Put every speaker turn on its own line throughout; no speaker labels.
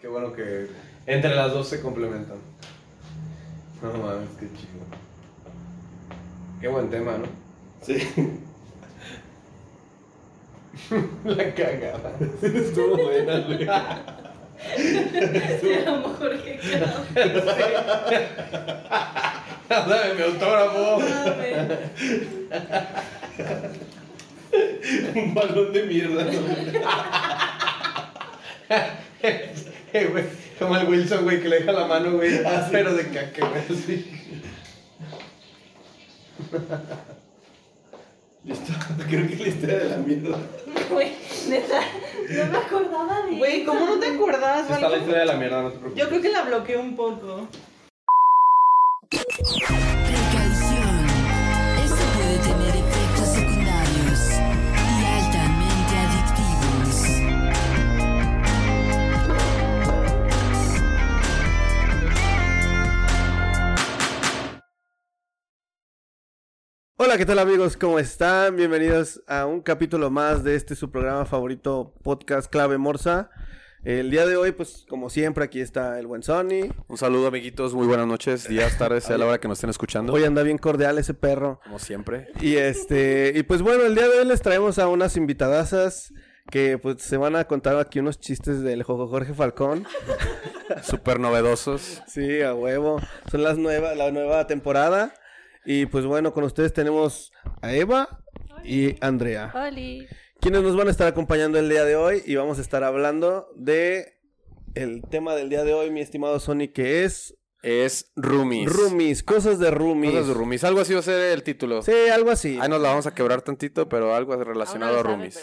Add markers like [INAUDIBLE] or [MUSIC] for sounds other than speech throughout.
Qué bueno que entre las dos se complementan. No mames, qué chido. Qué buen tema, ¿no?
Sí.
[LAUGHS] La cagada. Estuvo buena, güey.
Te amo, Jorge. Campos.
Dame mi autógrafo. [LAUGHS]
Dame.
Un balón de mierda. ¿no?
Eh, güey, como el Wilson, güey, que le deja la mano, güey. Pero de caca, güey. así.
Listo. Creo que es la historia de la mierda.
Güey, neta, no me acordaba de
Güey, ¿cómo no te acordabas,
Está la
Vale?
historia de la mierda, no te preocupes.
Yo creo que la bloqueé un poco.
Precaución. Esto puede tener efectos secundarios y altamente adictivos.
Hola, ¿qué tal amigos? ¿Cómo están? Bienvenidos a un capítulo más de este su programa favorito, podcast Clave Morsa. El día de hoy, pues como siempre, aquí está el buen Sony.
Un saludo, amiguitos. Muy buenas noches,
[LAUGHS]
días, tardes, sea la hora que nos estén escuchando.
Hoy anda bien cordial ese perro.
Como siempre.
Y este, y pues bueno, el día de hoy les traemos a unas invitadasas que pues se van a contar aquí unos chistes del Jojo Jorge Falcón.
Súper novedosos.
Sí, a huevo. Son las nuevas, la nueva temporada. Y pues bueno, con ustedes tenemos a Eva y Andrea.
Oli.
quienes nos van a estar acompañando el día de hoy y vamos a estar hablando de el tema del día de hoy, mi estimado Sony, que es
Es Roomies.
roomies, cosas de roomies.
Cosas de Ah, roomies. Algo así va a ser el título.
Sí, algo así.
Ahí nos la vamos a quebrar tantito, pero algo relacionado a roomies.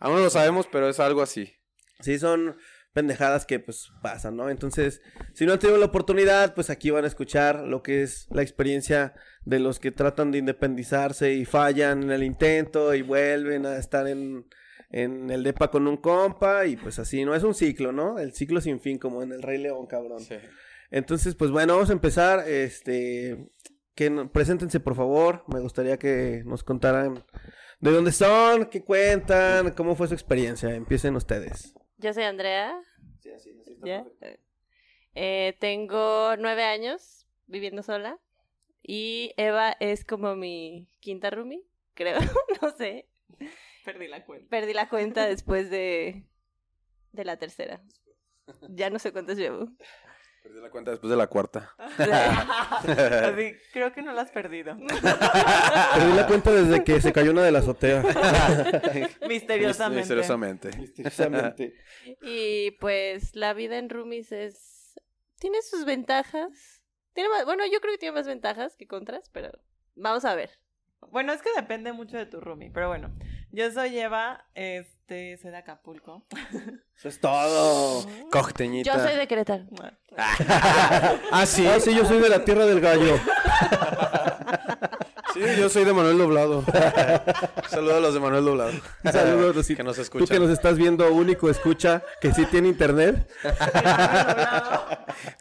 Aún no lo sabemos, pero es algo así.
Sí, son pendejadas que pues pasan, ¿no? Entonces, si no han tenido la oportunidad, pues aquí van a escuchar lo que es la experiencia de los que tratan de independizarse y fallan en el intento y vuelven a estar en, en el depa con un compa y pues así, ¿no? Es un ciclo, ¿no? El ciclo sin fin, como en el Rey León, cabrón. Entonces, pues bueno, vamos a empezar. Este, que no- preséntense por favor. Me gustaría que nos contaran de dónde son, qué cuentan, cómo fue su experiencia. Empiecen ustedes.
Yo soy Andrea. ¿Ya? Eh, tengo nueve años viviendo sola y Eva es como mi quinta roomie, creo, [LAUGHS] no sé.
Perdí la cuenta.
Perdí la cuenta después de, de la tercera. Ya no sé cuántas llevo.
Perdí la cuenta después de la cuarta.
Así, creo que no la has perdido.
Perdí la cuenta desde que se cayó una de la azotea.
Misteriosamente.
Misteriosamente.
Y pues la vida en roomies es... Tiene sus ventajas. Tiene más- Bueno, yo creo que tiene más ventajas que contras, pero vamos a ver.
Bueno, es que depende mucho de tu roomie, pero bueno. Yo soy Eva, este, soy de
[LAUGHS]
Acapulco.
Eso es todo.
Cocteñita.
Ah. Yo soy de Querétaro.
Ah, sí.
Ah, sí, yo soy de la tierra del gallo.
Sí, yo soy de Manuel
[LAUGHS]
Doblado. Saludos a los de Manuel Doblado. Ah,
Saludos, Rosita.
Que nos
Tú que
escuchan.
nos estás viendo, único escucha, que sí tiene internet.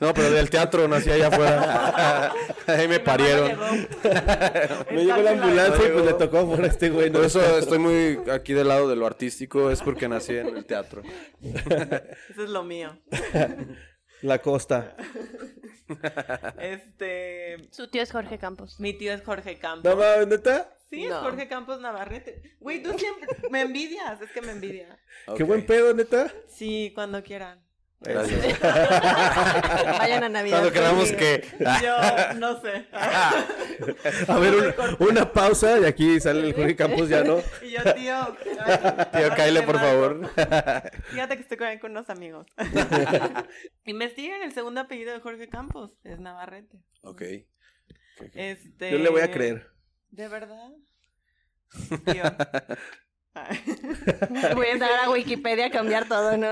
No, pero del teatro nací allá
[LAUGHS]
afuera. Ahí me parieron.
No llegó la ambulancia y pues le
llegó.
tocó por este güey. ¿no?
Por eso estoy muy aquí del lado de lo artístico, es porque nací en el teatro.
Eso es lo mío.
La costa.
Este,
Su tío es Jorge [LAUGHS] Campos.
mi tío es Jorge Campos.
No mames, neta.
Sí, es
No.
Jorge Campos Navarrete. Güey, tú siempre me envidias, es que me envidia.
Qué
Ok.
buen pedo, neta.
Sí, cuando quieran.
Gracias.
Vayan [LAUGHS] a Navidad.
Cuando queramos
conmigo.
que.
Yo no sé.
A ver, una, una pausa y aquí sale el Jorge Campos ya, ¿no?
Y yo, tío. ay,
Tío, Kyle,
te
por
marco.
favor.
Fíjate que estoy con, con unos amigos.
[LAUGHS]
Investiguen el segundo apellido de Jorge Campos. Es Navarrete.
Ok.
Este...
Yo le voy a creer.
¿De verdad? Tío.
[LAUGHS]
Ay.
Voy a entrar a Wikipedia a cambiar todo, ¿no?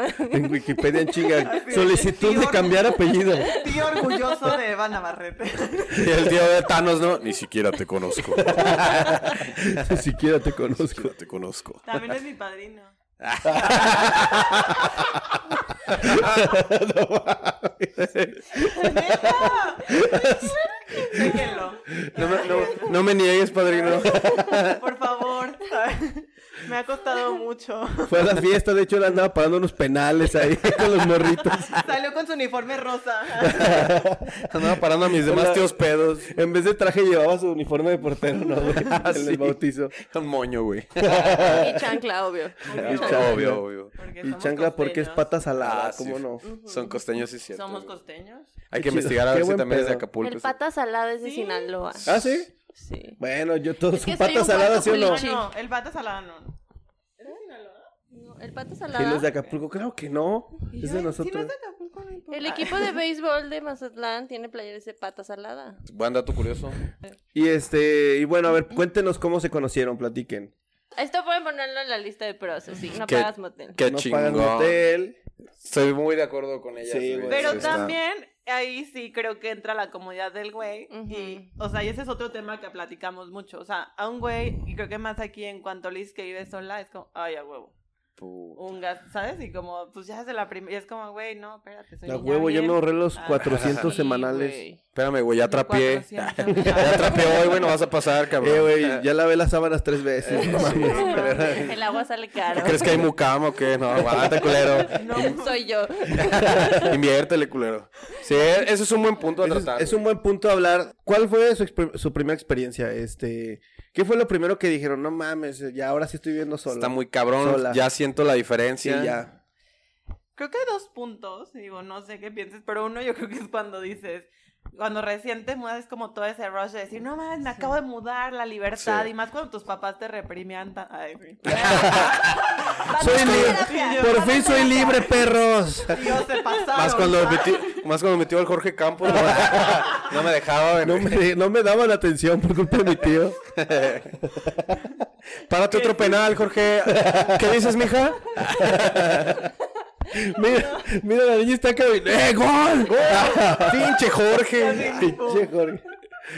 [LAUGHS]
En Wikipedia en chinga.
Así de-
Solicitud de
Tío.
cambiar apellido.
Tío orgulloso de Eva Navarrete.
[LAUGHS] Y el tío de Thanos, ¿no? Ni siquiera te conozco.
[LAUGHS] Ni siquiera te conozco.
Te conozco.
También es mi padrino.
[LAUGHS]
¡Neta! Déjenlo. [LAUGHS]
No me, no- no me niegues, padrino.
Por favor. Me ha costado mucho.
[LAUGHS]
Fue a la fiesta, de hecho, él andaba pagando unos penales ahí [LAUGHS] con los morritos.
Salió con su uniforme rosa.
Andaba parando a mis demás
Hola.
tíos pedos. Ah,
En vez de traje llevaba su uniforme de portero,
[LAUGHS]
¿no, güey? En
Sí.
el bautizo.
Un moño, güey.
Y chancla, obvio.
[LAUGHS] Y chancla.
[LAUGHS] Obvio, obvio.
[LAUGHS] Porque
Y
somos
chancla porque es
costeños.
pata salada,
Ah, sí.
¿cómo no?
Ujú.
Son costeños, sí, cierto.
Somos
güey.
costeños.
Hay que
Qué chido.
investigar a
Qué
ver si
buen
también es de
pedo.
Acapulco.
El pata salado es de
Sí.
Sinaloa.
¿Ah, sí?
Sí.
Bueno, yo todos
que soy
son patas
un
saladas,
pato
¿sí o no?
No,
Sí.
no, el bata salada no.
No, el pata
¿Y los de
salado.
Acapulco? Claro que no.
Y
Es
yo, "Ay, Si
de
no
nosotros.
es de Acapulco, no importa.
El equipo de béisbol de Mazatlán tiene playeres de pata salada.
Buen dato curioso.
Y este, y bueno, a ver, cuéntenos cómo se conocieron, platiquen.
Esto pueden ponerlo en la lista de pros, sí. No
¿Qué?
pagas motel.
Qué
no pagan
chingón.
hotel.
Estoy muy de acuerdo con ella.
Sí, güey.
Pero
Sí, está.
también ahí sí creo que entra la comodidad del güey. y,
Ujú.
o sea, y ese es otro tema que platicamos mucho. O sea, a un güey, y creo que más aquí en cuanto Liz que vive sola, es como, ay, a huevo. Un gas, ¿sabes? Y como, pues ya es de la primera. Y es como, güey, no, espérate. Soy
La
niña
huevo, yo
bien".
me ahorré los
Ah,
400
Sí,
semanales.
güey.
Espérame, güey, ya trapié.
400.
[LAUGHS] Ya trapeé hoy, güey, no vas a pasar, cabrón.
[LAUGHS] Eh, güey, ya lavé las sábanas tres veces. no mames.
[LAUGHS] El agua sale caro.
¿Qué Eh, ¿Crees que hay mucama o qué? No, aguanta, culero.
No, [LAUGHS]
Soy yo.
[LAUGHS] Inviértele, culero. Sí, eso es un buen punto a
Ese es,
tratar.
es un buen punto a hablar. ¿Cuál fue su, exper- su primera experiencia? Este, ¿Qué fue lo primero que dijeron? No mames, ya ahora sí estoy viviendo
[LAUGHS]
solo.
Está muy cabrón.
Sola.
Ya siento la
Sí,
diferencia.
ya.
Creo que hay dos puntos, digo, no sé qué pienses, pero uno yo creo que es cuando dices, cuando recién te mudas es como todo ese rush de decir, no mames, me acabo de mudar, la libertad,
Sí.
y más cuando tus papás te reprimían. ta- Ay,
[LAUGHS]
güey.
Soy
Vamos a
libre.
terapia.
Por fin soy libre, perros.
Dios, se pasaron.
Más cuando, metió, más cuando metió el Jorge Campos,
[LAUGHS]
no, no me dejaba. güey.
No me, no me daban atención por culpa de mi tío.
[LAUGHS] Párate otro penal, Jorge. ¿Qué dices, mija?
[LAUGHS] Mira, mira la niña está caminando. ¡Eh, gol! ¡Gol!
[LAUGHS] Pinche Jorge.
[LAUGHS] Pinche Jorge.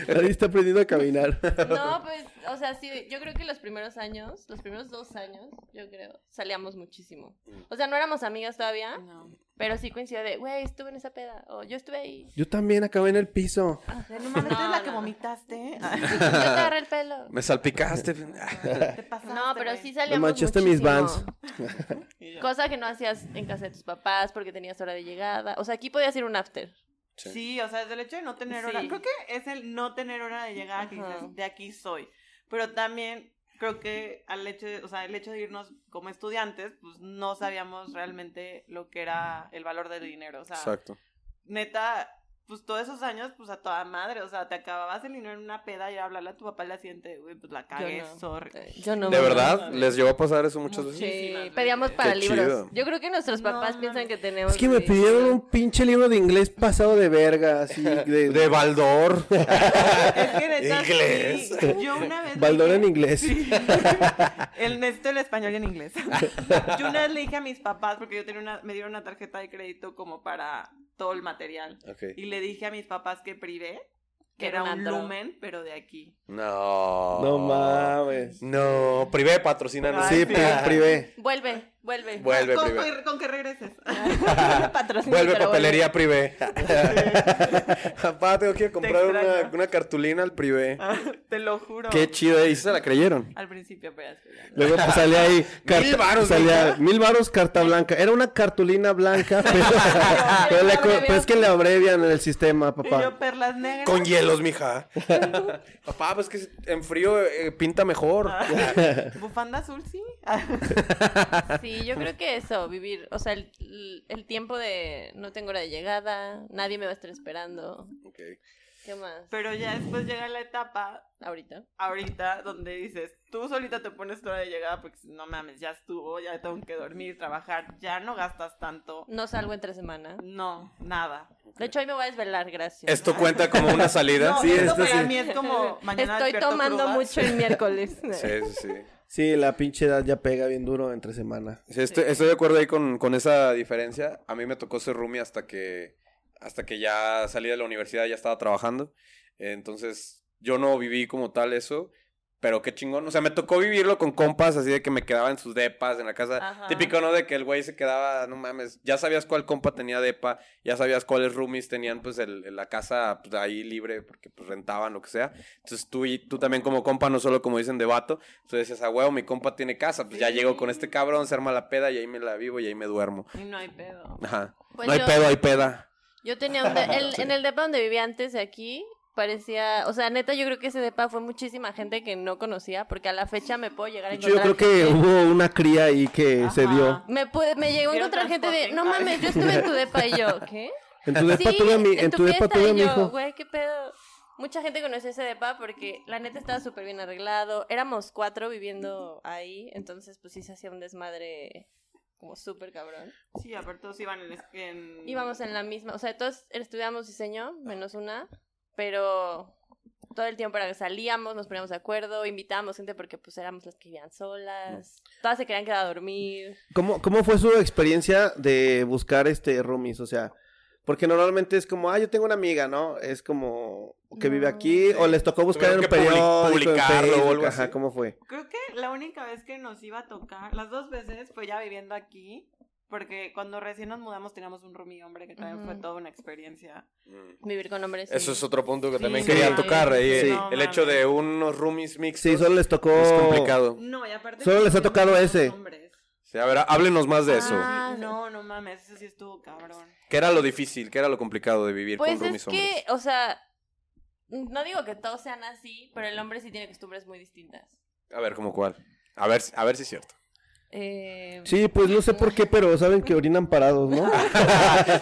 La niña está aprendiendo a caminar. [LAUGHS]
No, pues, o sea, sí, yo creo que los primeros años, los primeros dos años, yo creo, salíamos muchísimo. O sea, no éramos amigas todavía,
No.
pero sí coincidió de, güey, estuve en esa peda, o yo estuve ahí,
Yo también acabé en el piso.
Ah, De, no mames, ¿tú eres
No,
la que
no, no.
[LAUGHS]
vomitaste.
yo te agarré el pelo.
Me [LAUGHS] salpicaste. Ah.
Te pasaste,
No, pero
güey.
sí salíamos
Me manchaste mis
muchísimo.
Y yo,
Cosa que no hacías en casa de tus papás porque tenías hora de llegada. O sea, aquí podías ir un after.
Sí.
Sí, o sea, es el hecho de no tener hora.
Sí.
Creo que es el no tener hora de llegar, que dices,
Ajá.
de aquí soy. Pero también creo que al hecho de, o sea, el hecho de irnos como estudiantes, pues no sabíamos realmente lo que era el valor del dinero. O sea,
Exacto.
neta, pues todos esos años, pues a toda madre. O sea, te acabas el dinero en una peda y hablarle a tu papá al día siguiente, güey, pues la cagué,
no.
sorry.
Eh, Yo no.
¿De
me-
verdad? ¿Les llegó a pasar eso muchas veces?
Sí,
Muchísimas
pedíamos
veces.
para
Qué
libros.
chido.
Yo creo que nuestros
No,
papás
mames.
piensan que tenemos.
Es que me
de-
pidieron un pinche libro de inglés pasado de verga, así de,
[LAUGHS] De Baldor.
Es que neta, sí.
Inglés.
Yo una vez.
Baldor
dije-
en inglés.
Sí. [LAUGHS] El necesito el español y en inglés. [LAUGHS] Yo una vez le dije a mis papás, porque yo tenía una, me dieron una tarjeta de crédito como para todo el material.
Ok.
Y le dije a mis papás que privé, que
Que
era
era
un
un antro.
lumen, pero de aquí.
No.
No mames.
Oh, No, privé, patrocínanos.
Sí,
Ay,
pri- privé.
Vuelve, vuelve.
Vuelve.
con,
privé.
con- con que regreses.
Patrocinio,
Vuelve
pero
papelería privé. Papá, tengo que comprar una,
extraño.
una cartulina al privé.
Te lo juro.
Qué chido, ¿eh? ¿y si se la creyeron?
Al principio, pero después ya no.
Luego pues, salía ahí.
Mil varos,
salía,
mija.
mil varos carta blanca. Era una cartulina blanca, pero, pero le co-
pues
pero es que le abrevian en el sistema,
Y yo,
papá.
perlas negras.
[LAUGHS] Con hielos, mija. Papá, pues que en frío eh, pinta mejor.
Ah. [LAUGHS] Bufanda azul, sí. [LAUGHS]
Sí, yo creo que eso, vivir, o sea, el, el tiempo de no tengo hora de llegada, nadie me va a estar esperando. ¿Qué más?
Pero ya después llega la etapa
Ahorita.
ahorita donde dices, tú solita te pones tu hora de llegada porque no mames, ya estuvo, ya tengo que dormir, trabajar, ya no gastas tanto.
No salgo entre semana.
No, nada.
De hecho, hoy me voy a desvelar, gracias.
Esto cuenta como una [LAUGHS] salida.
No,
sí,
esto
esto
para
sí.
mí es como
[LAUGHS]
mañana
Estoy
despierto
tomando
cruda.
mucho el miércoles.
Sí, sí, sí.
[LAUGHS] Sí, la pinche edad ya pega bien duro entre semana.
Sí, estoy, estoy de acuerdo ahí con, con esa diferencia. A mí me tocó ser roomie hasta que, hasta que ya salí de la universidad, ya estaba trabajando. Entonces, yo no viví como tal eso, Pero qué chingón. O sea, me tocó vivirlo con compas, así de que me quedaba en sus depas, en la casa.
Ajá.
Típico, ¿no? De que el güey se quedaba, no mames. Ya sabías cuál compa tenía depa, ya sabías cuáles roomies tenían, pues, el, el- la casa pues, ahí libre, porque pues, rentaban, lo que sea. Entonces tú, y, tú también como compa, no solo como dicen de vato. Entonces decías, ah, huevo, mi compa tiene casa. Pues ya llego con este cabrón, se arma la peda y ahí me la vivo y ahí me duermo.
Y no hay pedo.
Ajá.
[LAUGHS] Pues
no hay
yo-
pedo, hay peda.
Yo tenía un de-
[LAUGHS]
el- en el depa donde vivía antes de aquí parecía, o sea, neta yo creo que ese depa fue muchísima gente que no conocía porque a la fecha me puedo llegar a
De hecho, yo
encontrar.
creo que
gente-
hubo una cría ahí que
Ajá.
se dio.
me pude, me llegó a
Vieron
encontrar gente de,
transporte,
no
¿sabes?
mames, yo estuve en tu depa y
[LAUGHS]
yo, ¿qué?
En tu depa
sí,
tuve a mi, en tu depa
fiesta
tuve a
y
mi
yo,
hijo.
Güey, qué pedo. Mucha gente conoció ese depa porque la neta estaba súper bien arreglado. Éramos cuatro viviendo ahí, entonces pues sí se hacía un desmadre como súper cabrón.
Sí, aparte todos iban en... en-
Íbamos en la misma, o sea, todos estudiamos diseño, menos una, pero todo el tiempo era que salíamos, nos poníamos de acuerdo, invitábamos gente porque pues éramos las que vivían solas, todas se querían quedar a dormir.
¿Cómo, ¿Cómo fue su experiencia de buscar este roomies? O sea, porque normalmente es como, ah, yo tengo una amiga, ¿no? Es como que vive
No.
aquí, o les tocó buscar en
Tuvieron
un
que publi-
periódico,
publicarlo o
en Facebook,
algo
ajá,
así.
¿cómo fue?
Creo que la única vez que nos iba a tocar, las dos veces, fue ya viviendo aquí. Porque cuando recién nos mudamos teníamos un roomie hombre que también fue
Ujú.
toda una experiencia.
Vivir con hombres.
Mm. Eso es otro punto que
Sí,
también
no
quería
mames.
tocar. ahí,
Sí.
No
El hecho
mames.
de unos roomies mixtos
Sí, solo les tocó...
es complicado.
No, y aparte...
Solo
que
les ha
siempre
tocado
eran
ese.
hombres.
Sí, a ver, háblenos más de eso.
Ah,
no, no mames, eso sí estuvo cabrón.
¿Qué era lo difícil? ¿Qué era lo complicado de vivir
Pues
con roomies
es que, o sea, no digo que todos sean así, pero el hombre sí tiene costumbres muy distintas.
A ver, ¿cómo cuál? A ver, a ver si es
[LAUGHS]
cierto.
Eh,
Sí, pues no sé por qué, pero saben que orinan
[LAUGHS]
parados, ¿no?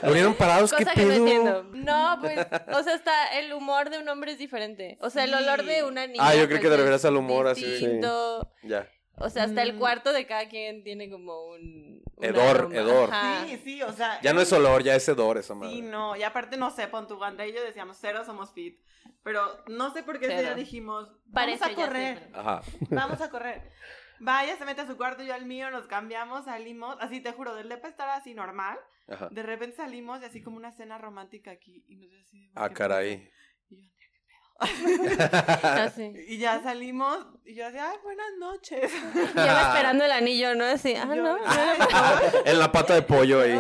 Vinieron parados,
Cosa
¿qué
que no entiendo. No,
[LAUGHS]
pues, o sea, hasta el humor de un hombre es diferente. O sea, el
Sí.
olor de una niña.
Ah, yo creo que te
pues, es
refieres al humor, así.
distinto.
Ya.
O sea, hasta el
Mm.
cuarto de cada quien tiene como un. un
Hedor,
aroma.
hedor.
Ajá.
Sí, sí, o sea...
Ya no es olor, ya es hedor esa madre.
Sí, no, y aparte no sé, pon tu banda y yo decíamos cero somos fit, pero no sé por qué ese
Cero.
día dijimos, vamos
Parece
a
ya sé,
correr,
pero-
Ajá.
vamos a correr. Vaya, se mete a su cuarto, yo al mío, nos cambiamos, salimos, así te juro, del depa estar así normal,
Ajá.
de repente salimos y así como una cena romántica aquí, y nos dio así,
Ah,
¿qué
caray.
pedo? Y, yo, "Andrea, ¿qué
Ah, [LAUGHS] sí.
pedo?". Y ya salimos, y yo decía, ay, buenas noches.
Lleva esperando el anillo, ¿no? Así, ah,
Y yo,
no.
[LAUGHS]
"Ay,
en la pata de pollo ahí. [LAUGHS]
en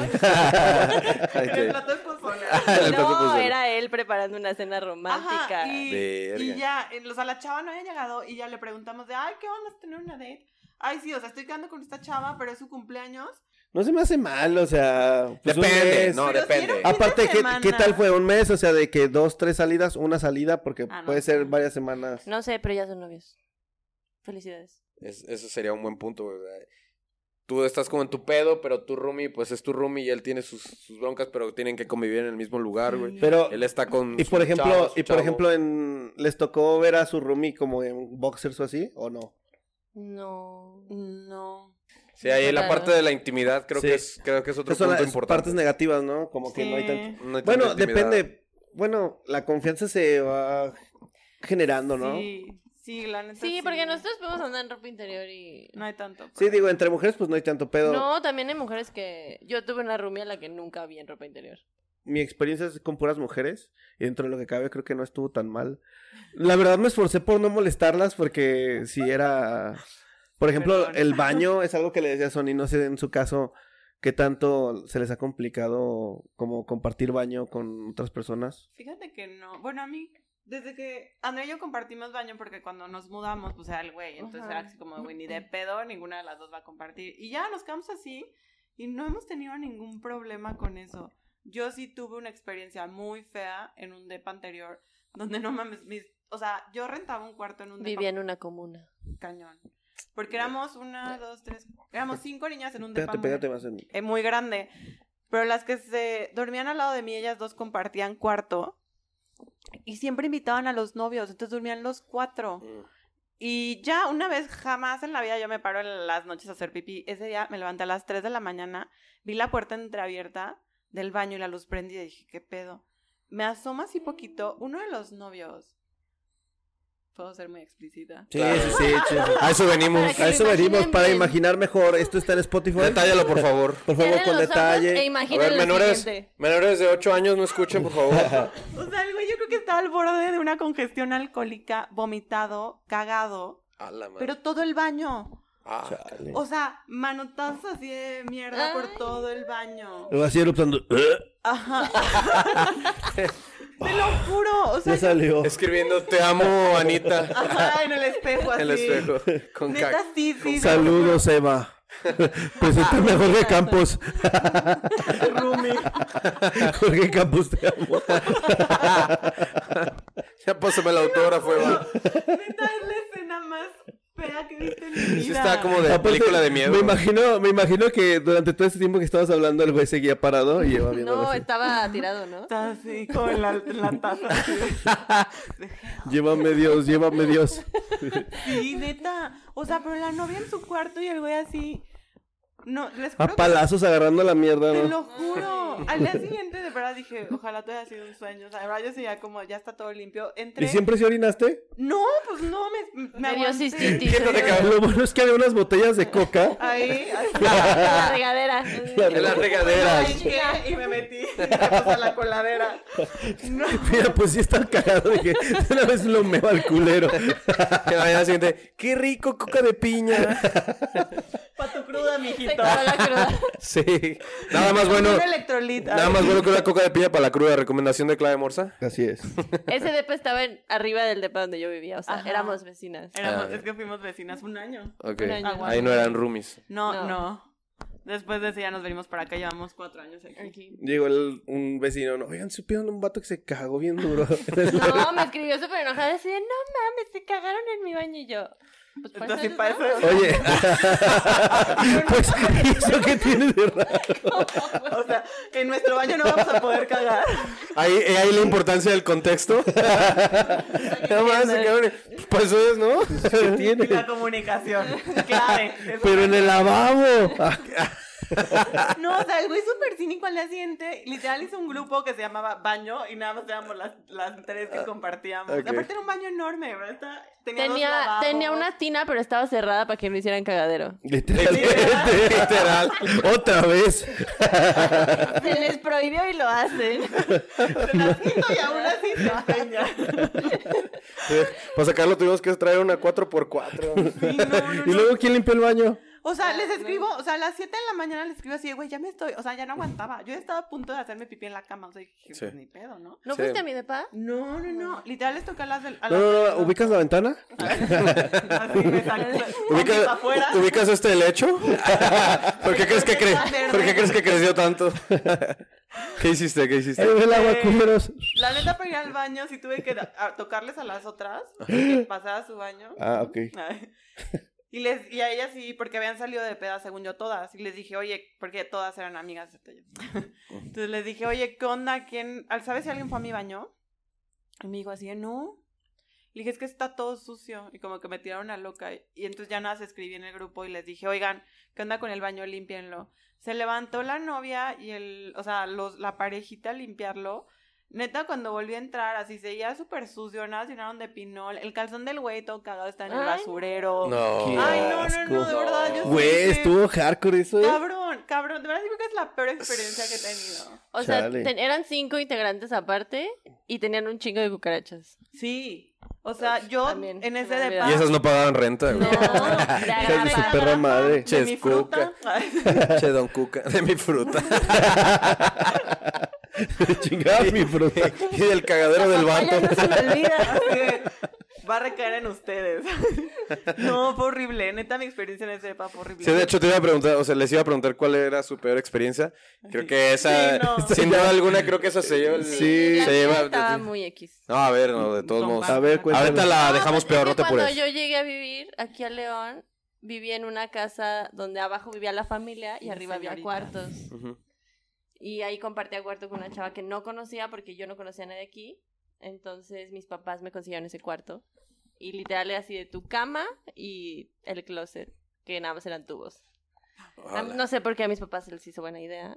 el plato de pozole.
El plato
No,
puso-
era él preparando una cena romántica.
Ajá, y,
Verga.
y ya, eh, o sea, la chava no había llegado y ya le preguntamos de, ay, ¿qué onda? ¿Vas a tener una date? Ay, sí, o sea, estoy quedando con esta chava, pero es su cumpleaños.
No se me hace mal, o sea... pues, un
Depende,
mes.
no,
Pero si
depende.
era-
Aparte,
Fin de
¿qué,
semana.
¿qué tal fue? ¿Un mes? O sea, de que dos, tres salidas, una salida, porque
Ah, no.
puede ser varias semanas.
No sé, pero ya son novios. Felicidades.
Es- eso sería un buen punto, güey. Tú estás como en tu pedo, pero tu roomie, pues es tu roomie y él tiene sus, sus broncas, pero tienen que convivir en el mismo lugar,
Mm,
güey.
Pero,
Él está con.
y
su
por ejemplo,
chava, su
y por
chavo.
ejemplo, en ¿les tocó ver a su roomie como en boxers o así? ¿O no?
No.
No.
Sí, ahí la
Claro.
parte de la intimidad creo
Sí.
que es, creo que es otro
Esas son
punto
las
importante.
partes negativas, ¿no? Como que no hay
Sí.
tanto.
No hay tanta
Bueno,
intimidad.
depende. Bueno, la confianza se va generando, ¿no? Sí.
Sí, sí, la neta.
Sí, porque nosotros podemos andar en ropa interior y.
No hay tanto.
digo, entre mujeres pues no hay tanto pedo.
No, también hay mujeres que. Yo tuve una rumia a la que nunca vi en ropa interior.
Mi experiencia es con puras mujeres y dentro de lo que cabe creo que no estuvo tan mal. La verdad me esforcé por no molestarlas porque si era... Por ejemplo,
[LAUGHS]
Perdón.
el baño es algo que le decía a Sony, no sé en su caso qué tanto se les ha complicado como compartir baño con otras personas.
Fíjate que no. Bueno, a mí, desde que Andrea y yo compartimos baño, porque cuando nos mudamos, pues era el güey. Entonces
Ajá.
era así como, güey, ni de pedo, ninguna de las dos va a compartir. Y ya nos quedamos así y no hemos tenido ningún problema con eso. Yo sí tuve una experiencia muy fea en un depa anterior, donde no mames, mis. O sea, yo rentaba un cuarto en un depa
Vivía en una comuna.
cañón. Porque éramos una, dos, tres. Éramos cinco niñas en un depa.
Pégate,
muy-
pégate más en...
eh, muy grande. Pero las que se dormían al lado de mí, ellas dos compartían cuarto. Y siempre invitaban a los novios, entonces dormían los cuatro. Y ya una vez, jamás en la vida yo me paro en las noches a hacer pipí. Ese día me levanté a las 3 de la mañana, vi la puerta entreabierta del baño y la luz prendida y dije, ¿qué pedo? Me asoma así poquito uno de los novios. Puedo ser muy explícita.
Sí,
Claro.
sí, sí, sí, sí.
A eso venimos.
Para que
A
lo
eso venimos,
imaginen
para
bien.
imaginar mejor. Esto está en Spotify.
Detállalo, por favor.
Por favor,
Cierren
con
los ojos e
detalle.
A
imaginen
ver,
lo
menores,
siguiente.
menores de 8 años no escuchen, por favor.
O sea, el güey yo creo que estaba al borde de una congestión alcohólica, vomitado, cagado.
A la madre.
Pero todo el baño.
Ah,
Chale.
O sea, manotazos así de mierda por
Ay.
todo el baño.
Luego así eruptando.
Ajá. Te lo juro. O sea,
Ya salió.
Escribiendo, te amo, Anita.
ajá, en el espejo así.
[LAUGHS] En el espejo. Con
Neta,
caca.
sí, sí. te lo
Saludos, Eva. Presenta mejor que Campos.
juro, [LAUGHS] Rumi.
[LAUGHS]
Jorge Campos, te [LAUGHS] amo.
Ya pásame el autógrafo, Eva.
Neta, es la escena más fea que he visto en mi vida.
Sí está como de
Aparte,
película de miedo.
Me imagino, me imagino que durante todo este tiempo que estabas hablando, el güey seguía parado y lleva viendo.
No, estaba tirado,
[LAUGHS]
¿no?
Está así, como en la, en la taza.
Llévame
[LAUGHS]
Dios, llévame Dios.
Sí, neta. O sea, pero la novia en su cuarto y el güey así. No, les
A
juro. que-
palazos agarrando la mierda,
Te
¿no?
lo juro. Al día siguiente, de verdad, dije, ojalá todo haya sido un sueño. O sea, de verdad, yo sí ya como, ya está todo limpio. Entré.
¿Y siempre se orinaste?
No, pues no, me, me
Me dio
aguanté.
cistitis.
Siéntate,
en
cabrón.
Lo bueno es que había unas botellas
[LAUGHS]
de coca.
Ahí, así.
la regadera.
En las
la
regaderas.
hinqué y me metí y me puse a la coladera. No.
Mira, pues sí está cagado. Dije, de una vez lo meo al culero.
Y la mañana siguiente, qué rico, coca de piña.
Pa' tu cruda,
Se
mijito.
cagó la cruda.
Sí. Nada más bueno.
Un electrolit.
Nada más bueno que una coca de piña para la cruda. Recomendación de Clave Morsa.
Así es.
Ese depa estaba en, arriba del depa donde yo vivía, o sea,
Ajá.
éramos vecinas.
Éramos-
Ah.
es que fuimos vecinas un año.
Ok.
Un año.
Ahí no eran roomies.
No, no.
No.
Después de ese ya nos venimos para acá, llevamos cuatro años aquí.
Llegó el- un vecino, no, oigan, supieron de un vato que se cagó bien duro.
No, me escribió súper enojada, así de, no mames, se cagaron en mi baño y yo. Pues por
Entonces,
eso
para
no".
eso-
Oye, [LAUGHS] pues, ¿y ¿eso qué tiene de raro?
[LAUGHS]
O sea, en nuestro baño no vamos a poder cagar.
Ahí, eh, ahí la importancia del
[LAUGHS]
contexto. Nada más, se quedaron. Pues eso es, ¿no?
[LAUGHS]
¿Qué
Y la
tiene?
comunicación, clave.
[LAUGHS]
Eso
Pero en el lavabo. Ah,
No, o sea, el güey súper cínico al día siguiente. Literal hizo un grupo que se llamaba Baño y nada más éramos las, las tres
Ah,
que compartíamos.
ok.
Aparte era un baño enorme, ¿verdad? Está- Tenía, dos
Tenía,
lavabos.
tenía
[LAUGHS]
una tina, pero estaba cerrada para que no hicieran cagadero.
Literalmente. Literal. Otra vez.
Se les prohibió y lo hacen. [LAUGHS]
Se las quito y aún así
[LAUGHS]
se empeña.
Para sacarlo tuvimos que traer una 4x4.
Sí, no, no,
¿Y
no.
luego quién limpió el baño?
O sea, les
Ah,
escribo, o sea, a las 7 de la mañana les escribo así, güey, ya me estoy, o sea, ya no aguantaba. Yo estaba a punto de hacerme pipí en la cama, o sea, dije,
Sí.
pues, ni pedo, ¿no?
¿No
Sí.
fuiste a mi depa?
No, no, no. Literal les toqué a las del. a
No,
las-
no, no. ¿Ubicas la ventana?
[LAUGHS] Así me salió.
¿Ubicas,
afuera.
[LAUGHS] ubicas este lecho? ¿Por qué crees que, cre- ¿por qué crees que creció [LAUGHS] tanto? ¿Qué hiciste? ¿Qué
Ahí
hiciste?
ve el agua,
Eh.
culeros.
La neta, para ir al baño, sí tuve que da- a- tocarles a las otras, que pasara su baño.
Ah, ok.
Ay. Y, les, y a ellas sí, porque habían salido de peda, según yo, todas. Y les dije, oye, porque todas eran amigas, excepto [LAUGHS] yo. Entonces les dije, oye, ¿qué onda? ¿Quién? al- ¿Sabes si alguien fue a mi baño? Y me dijo así, de, no. Le dije, es que está todo sucio. Y como que me tiraron a loca. Y, y entonces ya nada, se escribí en el grupo y les dije, oigan, ¿qué onda con el baño? Límpienlo. Se levantó la novia y el, o sea, los, la parejita a limpiarlo. Neta, cuando volví a entrar, así seguía súper sucio, nada, llenaron de pinol. El calzón del güey todo cagado está en el
Ay, no.
basurero.
Qué
No.
Ay, no, no, no, de
asco.
verdad, yo sí
Güey,
dije,
estuvo hardcore eso, eh.
Cabrón, cabrón, de verdad sí creo que es la peor experiencia que he tenido.
O sea,
Chale.
ten- eran cinco integrantes aparte y tenían un chingo de cucarachas.
Sí. O sea, yo
Pues, También,
en
se
ese
me
de
olvidaba.
Y esas no pagaban renta,
[LAUGHS]
No,
güey.
de
Hija de su
agrapa.
perra madre.
De mi fruta.
Che, don Cuca. De mi fruta.
Chingada mi fruta.
y del cagadero del vato.
Ay, no
[LAUGHS]
se me olvida.
Así de, Va a recaer en ustedes. [LAUGHS] No, fue horrible. Neta, mi experiencia en ese depa fue horrible.
Sí, de hecho te iba a preguntar, o sea, les iba a preguntar cuál era su peor experiencia. Creo que esa,
Sí, no.
sin duda alguna, creo que esa se lleva. el-
Sí. Ah,
La
se
mía
lleva.
estaba muy X.
No, a ver, no, de todos
Son
modos.
A ver, cuéntame.
Ahorita la Ah,
pues
dejamos
es
peor,
que
no te
Cuando
apures.
yo llegué a vivir aquí a León, viví en una casa donde abajo vivía la familia y
Las
arriba había
señoritas.
cuartos.
Ujú.
Y ahí compartía cuarto con una chava que no conocía porque yo no conocía a nadie aquí. Entonces mis papás me consiguieron ese cuarto. Y literal era así de tu cama y el closet, que nada más eran tubos. A-
Hola.
No sé por qué a mis papás se les hizo buena idea.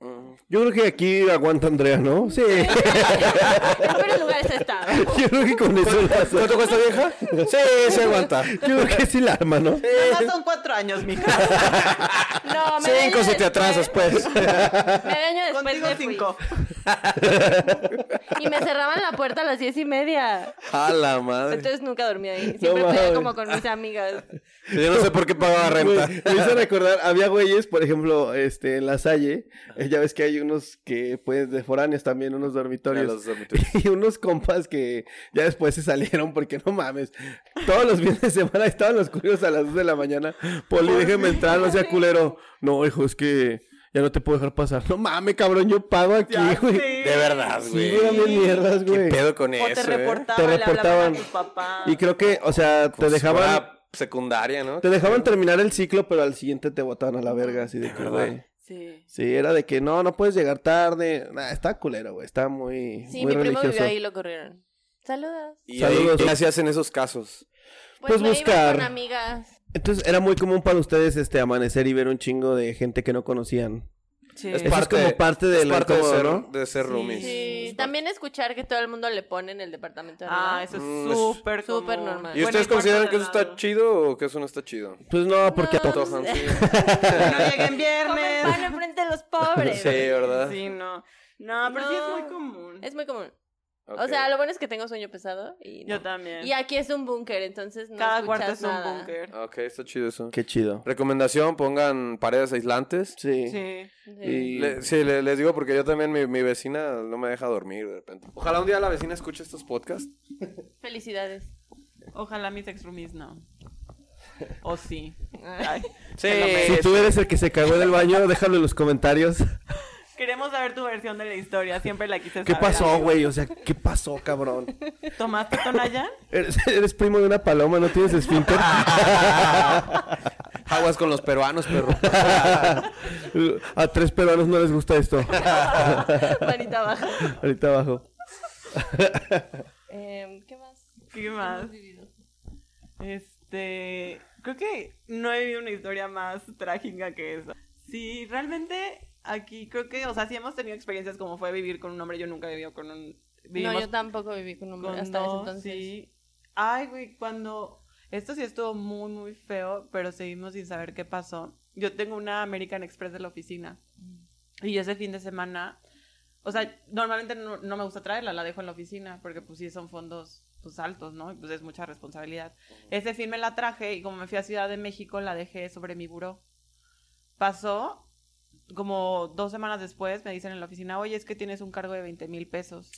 Mm.
Yo creo que aquí aguanta Andrea, ¿no?
[LAUGHS]
Sí. [LAUGHS]
Pero el lugar está estable.
Yo creo que con eso la hace.
¿Cuánto cuesta vieja? Sí, se aguanta.
Yo creo que sí la arma,
[LAUGHS]
¿no?
Nada más son cuatro años, mija.
No, medio
Cinco
año
si te
después-
atrasas,
[LAUGHS]
pues.
Medio año después
Contigo
me fui.
cinco.
Y me cerraban la puerta a las diez y media.
A la madre.
Entonces nunca dormí ahí. Siempre pedía
No mames.
como con mis amigas.
Yo no sé por qué pagaba renta.
Güey, me hizo recordar, había güeyes, por ejemplo, este, en la Salle, eh, ya ves que hay unos que, pues, de foráneos también, unos
A
Pues,
dormitorios.
los dormitorios.
[LAUGHS] Y unos compas que ya después se salieron porque no mames. Todos los fines de semana estaban los culeros a las 2 de la mañana. Poli, déjeme entrar, no sea culero. No, hijo, es que ya no te puedo dejar pasar. No mames, cabrón, yo pago aquí, güey.
De verdad,
Sí,
güey.
eran bien mierdas,
¿Qué
güey.
pedo con
O te
eso? eh?
reportaban,
Te
le hablaban
reportaban.
a tus papás.
Y creo que, o sea,
Como
te
si
dejaban,
fuera secundaria, ¿no?
te dejaban terminar el ciclo, pero al siguiente te botaban a la verga, así
Ah,
de que,
¿Verdad?
güey.
Sí.
Sí, era de que no, no puedes llegar tarde. Nah, está culero, güey. Está muy,
Sí,
muy
mi primo
religioso.
vivió ahí y lo corrieron. Saludos.
¿Y
Saludos.
ahí, qué hacías en esos casos?
Pues
me iba
buscar.
Con amigas.
Entonces era muy común para ustedes este amanecer y ver un chingo de gente que no conocían.
Sí.
Eso es como parte
es
del
parte de
incómodo,
ser,
¿no?
de ser
Sí.
roomies.
Sí, también escuchar que todo el mundo le pone en el departamento de
Ah,
arriba.
eso
Mm,
es
es
súper común.
súper normal.
¿Y
Bueno,
ustedes
cuarto
consideran que eso
cerrado.
está chido o que eso no
[LAUGHS]
está chido?
Pues no, porque
No,
a-
Antojan,
[LAUGHS]
sí.
Que No lleguen
Comen
viernes.
pan enfrente de los pobres.
Sí, ¿verdad?
Sí, no. No, pero sí es muy común.
Es muy común. O
Ok.
sea, lo bueno es que tengo sueño pesado y no.
Yo también.
Y aquí es un búnker, entonces no
Cada
escuchas
cuarto es un
nada.
búnker.
Ok, está chido eso.
qué chido.
Recomendación, pongan paredes aislantes.
Sí.
Sí.
Sí.
Y-
Le- sí, le- les digo porque yo también, mi, mi vecina no me deja dormir de repente. Ojalá un día la vecina escuche estos podcasts.
Felicidades.
Ojalá mis exrumis no. O sí. Ay.
Sí,
Si tú eres el que se cagó en el baño, déjalo en
[LAUGHS]
los comentarios.
Queremos saber tu versión de la historia. Siempre la quise saber.
¿Qué pasó,
amigo.
güey? O sea, ¿qué pasó, cabrón?
¿Tomaste tonalla?
Eres, eres primo de una paloma, no
[LAUGHS]
tienes esfínter. [LAUGHS]
Aguas con los peruanos, perro.
[LAUGHS] a tres peruanos no les gusta esto.
[LAUGHS] Manita baja.
Ahorita abajo.
Em, ¿Qué más?
¿Qué más?
hemos vivido?
Este, creo que no he vivido una historia más trágica que esa. Sí, realmente aquí creo que, o sea, sí hemos tenido experiencias como fue vivir con un hombre, yo nunca he vivido con un...
No,
vivimos
yo tampoco viví con un
con
hombre hasta ese
dos,
entonces.
sí. Ay, güey, cuando... Esto sí estuvo muy, muy feo, pero seguimos sin saber qué pasó. Yo tengo una American Express de la oficina.
Mm.
Y ese fin de semana, o sea, normalmente no, no me gusta traerla, la dejo en la oficina, porque pues sí son fondos pues altos, ¿no? Y pues es mucha responsabilidad. Ese fin me la traje y como me fui a Ciudad de México, la dejé sobre mi buró. Pasó, como dos semanas después, me dicen en la oficina, oye, es que tienes un cargo de 20 mil pesos.